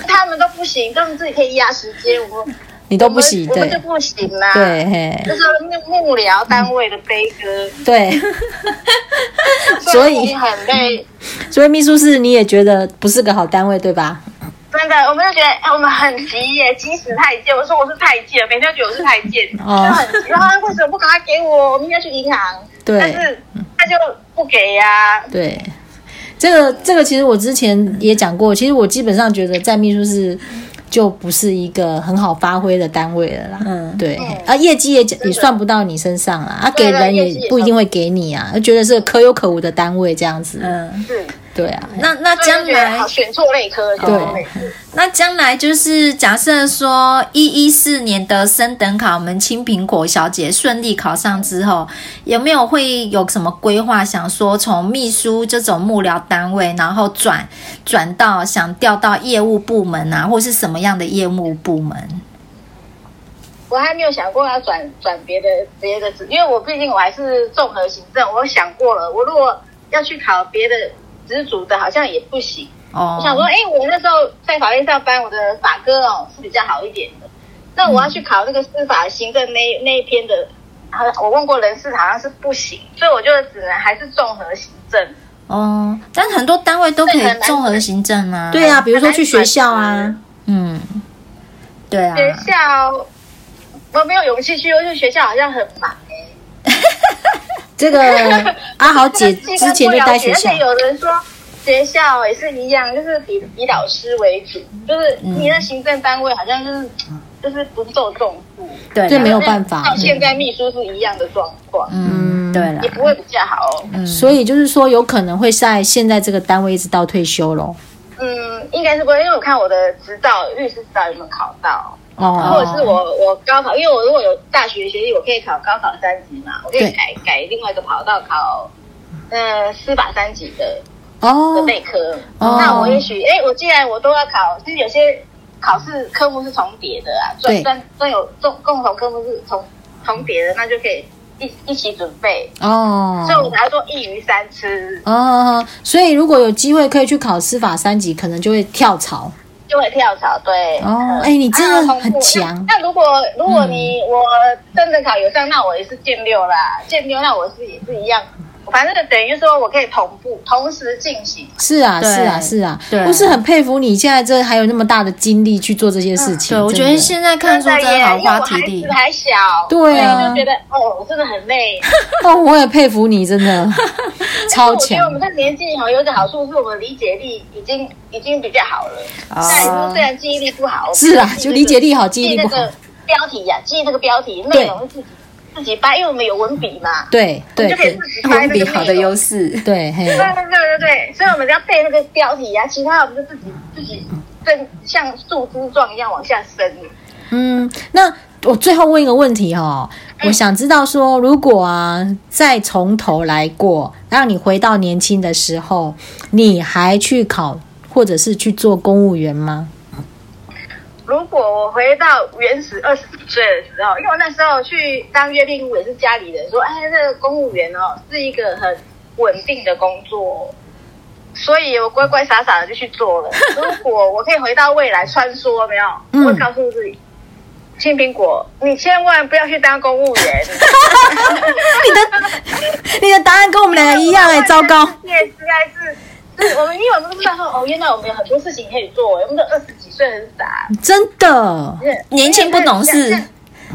[SPEAKER 3] 他们都不行，他们自己可以压时间，我们
[SPEAKER 2] 你都不行，
[SPEAKER 3] 我们我们
[SPEAKER 2] 对
[SPEAKER 3] 就，不行啦，
[SPEAKER 2] 对，，嘿
[SPEAKER 3] 这，是幕幕僚单位的悲歌，
[SPEAKER 2] 对。 所以
[SPEAKER 3] 我们很累。
[SPEAKER 2] 所以秘书室你也觉得不是个好单位，对吧？
[SPEAKER 3] 真的，我们就觉得哎，我们很急耶，急死太监。我说我是太监，每天都觉得我是太监，就
[SPEAKER 2] 哦
[SPEAKER 3] 很急。然后他为什么不赶快给我？我们要去银行，但
[SPEAKER 2] 对
[SPEAKER 3] 是他就不给呀、
[SPEAKER 2] 对，这个这个其实我之前也讲过，其实我基本上觉得在秘书室就不是一个很好发挥的单位了啦。
[SPEAKER 1] 嗯
[SPEAKER 2] 对，啊，业绩也也算不到你身上啦，啊，
[SPEAKER 3] 哦对
[SPEAKER 2] 给
[SPEAKER 3] 对
[SPEAKER 2] 人
[SPEAKER 3] 业绩
[SPEAKER 2] 也
[SPEAKER 3] 也
[SPEAKER 2] 不一定会给你啊，觉得是可有可无的单位这样子。
[SPEAKER 1] 嗯，
[SPEAKER 3] 是，
[SPEAKER 2] 对啊，
[SPEAKER 1] 那那
[SPEAKER 3] 所以
[SPEAKER 1] 将
[SPEAKER 3] 就觉得
[SPEAKER 1] 来
[SPEAKER 3] 好选错类科，选错类科
[SPEAKER 1] 那将来就是假设说一一四年的升等考，我们青苹果小姐顺利考上之后，有没有会有什么规划？想说从秘书这种幕僚单位，然后转转到想调到业务部门啊，或是什么样的业务部门？
[SPEAKER 3] 我还没有想过要转转别的别的职，因为我毕竟我还是综合行政，我想过了，我如果要去考别的职组的，好像也不行。我想说，
[SPEAKER 1] 哦，
[SPEAKER 3] 哎、我那时候在法院上班，我的法科哦是比较好一点的。那我要
[SPEAKER 2] 嗯
[SPEAKER 3] 去考那个司法行政那那一篇的，好像我问过人事，好像是不行，所以我就只能还是综合行政。
[SPEAKER 1] 哦，但很多单位都可
[SPEAKER 3] 这很
[SPEAKER 1] 以
[SPEAKER 3] 难
[SPEAKER 1] 综合行政啊。
[SPEAKER 2] 对啊，比如说去学校啊，
[SPEAKER 1] 嗯，对啊，
[SPEAKER 2] 嗯
[SPEAKER 3] 学校我没有勇气去，因为学校好像很忙。
[SPEAKER 2] 这 个阿豪姐
[SPEAKER 3] 这个
[SPEAKER 2] 之
[SPEAKER 3] 机关
[SPEAKER 2] 前
[SPEAKER 3] 不
[SPEAKER 2] 就
[SPEAKER 3] 了
[SPEAKER 2] 待
[SPEAKER 3] 解
[SPEAKER 2] 学校
[SPEAKER 3] 而且，有人说学校也是一样，就是以以老师为主，就是
[SPEAKER 2] 嗯
[SPEAKER 3] 你的行政单位好像就是、就是不受重视。
[SPEAKER 1] 对啦
[SPEAKER 2] 这没有办法
[SPEAKER 3] 到现在秘书是一样的状况。
[SPEAKER 1] 嗯，对了
[SPEAKER 3] 也，不会比较好哦。
[SPEAKER 2] 嗯所以就是说有可能会在现在这个单位一直到退休咯。
[SPEAKER 3] 嗯，应该是不会，因为我看我的执照，律师执照有没有考到，
[SPEAKER 2] 哦，
[SPEAKER 3] 或者是我我高考，因为我如果有大学学历，我可以考高考三级嘛，我可
[SPEAKER 2] 对
[SPEAKER 3] 以改改另外一个跑道考，呃，司法三级的的
[SPEAKER 2] 哦，
[SPEAKER 3] 内科。
[SPEAKER 2] 哦
[SPEAKER 3] 那我也许，哎，我既然我都要考，就是有些考试科目是重叠的啊，
[SPEAKER 2] 对
[SPEAKER 3] 专专专有重共同科目是重重叠的，那就可以一一起准备。
[SPEAKER 2] 哦，
[SPEAKER 3] 所以我才说一鱼三吃，
[SPEAKER 2] 哦，所以如果有机会可以去考司法三级，可能就会跳槽。
[SPEAKER 3] 就会跳槽，对。
[SPEAKER 2] 哦
[SPEAKER 3] 嗯，
[SPEAKER 2] 哎，你真的
[SPEAKER 3] 啊
[SPEAKER 2] 很强，嗯
[SPEAKER 3] 那那如果如果你、我真的考有上，那我也是剑六啦，剑六那我是也是一样，反正等于说我可以同步同时进行。
[SPEAKER 2] 是啊，
[SPEAKER 1] 对
[SPEAKER 2] 是啊，是啊，
[SPEAKER 1] 对
[SPEAKER 2] 我是很佩服你现在这还有那么大的精力去做这些事情。
[SPEAKER 1] 对，我觉
[SPEAKER 2] 真
[SPEAKER 1] 得
[SPEAKER 2] 的
[SPEAKER 1] 现在看书真
[SPEAKER 3] 耶
[SPEAKER 1] 的好
[SPEAKER 3] 因为
[SPEAKER 1] 花
[SPEAKER 3] 我
[SPEAKER 1] 体
[SPEAKER 3] 孩
[SPEAKER 1] 力
[SPEAKER 3] 子。还小，
[SPEAKER 2] 对啊
[SPEAKER 3] 所以就觉得哦，我真的很累。
[SPEAKER 2] 哦，我也佩服你，真的 超
[SPEAKER 3] 我觉得我
[SPEAKER 2] 强
[SPEAKER 3] 们。这个年纪哈，有一个好处是我们理解力已经已经比较好了。但是
[SPEAKER 1] 哦
[SPEAKER 3] 虽然记忆力不好，
[SPEAKER 2] 啊是啊
[SPEAKER 3] 我们，
[SPEAKER 2] 就理解力好，记
[SPEAKER 3] 记
[SPEAKER 2] 忆力
[SPEAKER 3] 那
[SPEAKER 2] 不好
[SPEAKER 3] 个。标题呀、记那个标题
[SPEAKER 2] 对
[SPEAKER 3] 内容是自己自己掰，因为我们有文笔嘛。
[SPEAKER 2] 对对
[SPEAKER 3] 就可以自己拍
[SPEAKER 1] 文
[SPEAKER 3] 那
[SPEAKER 1] 笔
[SPEAKER 3] 个
[SPEAKER 1] 好的
[SPEAKER 3] 内容
[SPEAKER 1] 优势，
[SPEAKER 2] 对，嘿
[SPEAKER 3] 对，对对对对，所以我们要背那个标题啊，其他我们就自己自己正像树枝状一样往下伸。
[SPEAKER 2] 嗯，那我最后问一个问题哦，我想知道说，如果啊再从头来过，让你回到年轻的时候，你还去考或者是去做公务员吗？
[SPEAKER 3] 如果我回到原始二十几岁的时候，因为我那时候去当约聘，也是家里人说，哎，这个公务员哦是一个很稳定的工作，所以我乖乖傻傻的就去做了。如果我可以回到未来穿梭，没有，
[SPEAKER 2] 嗯
[SPEAKER 3] 我会告诉自己，青苹果，你千万不要去当公务员。
[SPEAKER 2] 你的 你的答案跟我们两个一样 哎、糟糕！
[SPEAKER 3] 你也实在是。是我们因为我们都不知道说哦，原来我们有很多事情可以做，我们都二十几岁很傻，
[SPEAKER 2] 真的，
[SPEAKER 1] 年轻不懂事，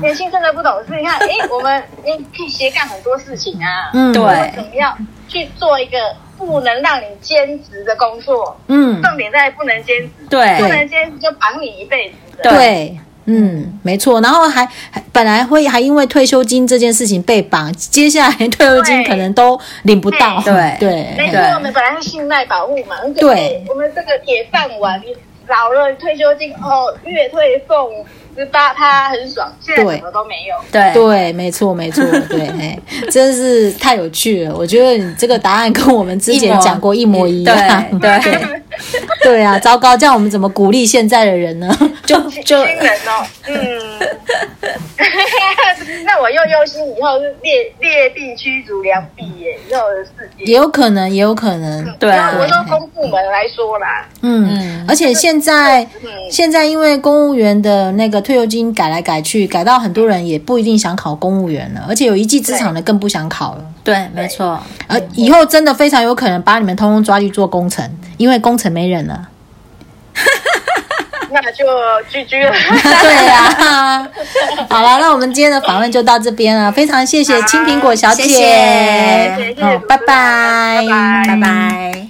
[SPEAKER 3] 年轻真的不懂事。你看，诶，我们你可以斜杠很多事情啊，
[SPEAKER 2] 嗯，
[SPEAKER 1] 对
[SPEAKER 3] 怎么样去做一个不能让你兼职的工作？
[SPEAKER 2] 嗯，
[SPEAKER 3] 重点在不能兼职，不
[SPEAKER 1] 对
[SPEAKER 3] 能兼职就绑你一辈子
[SPEAKER 1] 对
[SPEAKER 3] 的。
[SPEAKER 2] 对，嗯，没错。然后还还本来会还因为退休金这件事情被绑，接下来退休金
[SPEAKER 3] 对
[SPEAKER 2] 可能都领不到。
[SPEAKER 1] 对
[SPEAKER 3] 没
[SPEAKER 2] 对
[SPEAKER 3] 错，我们本来是信赖保护嘛，而且
[SPEAKER 2] 对
[SPEAKER 3] 我们这个铁饭碗，你老了退休金哦，月退俸十八趴，很爽，现在
[SPEAKER 2] 对
[SPEAKER 3] 什么都没有。
[SPEAKER 1] 对
[SPEAKER 2] 对，没错 没错，对，哎，真是太有趣了。我觉得你这个答案跟我们之
[SPEAKER 1] 一
[SPEAKER 2] 前
[SPEAKER 1] 模
[SPEAKER 2] 讲过一模一样。
[SPEAKER 1] 对对，
[SPEAKER 2] 对啊，糟糕，这样我们怎么鼓励现在的人 呢？
[SPEAKER 1] 就
[SPEAKER 3] 新
[SPEAKER 1] 就
[SPEAKER 3] 新人哦，嗯， 那我又忧心以后是劣劣币驱逐良币耶，以后的事情。
[SPEAKER 2] 也有可能，也有可能，
[SPEAKER 1] 对啊
[SPEAKER 3] 我说公部门来说啦，
[SPEAKER 2] 嗯
[SPEAKER 1] 嗯，
[SPEAKER 2] 而且现在
[SPEAKER 3] 嗯
[SPEAKER 2] 现在因为公务员的那个退休金改来改去，改到很多人也不一定想考公务员了，而且有一技之长的更不想考了。
[SPEAKER 1] 对，没错，
[SPEAKER 2] 呃，以后真的非常有可能把你们通通抓去做工程，因为工程没人了。
[SPEAKER 3] 那就居居了。
[SPEAKER 2] 对呀、好了，那我们今天的访问就到这边了，非常谢谢青苹果小姐，
[SPEAKER 1] 谢谢
[SPEAKER 3] 谢谢
[SPEAKER 2] 好
[SPEAKER 3] 主持人
[SPEAKER 2] 拜拜，
[SPEAKER 3] 拜拜
[SPEAKER 1] 拜拜。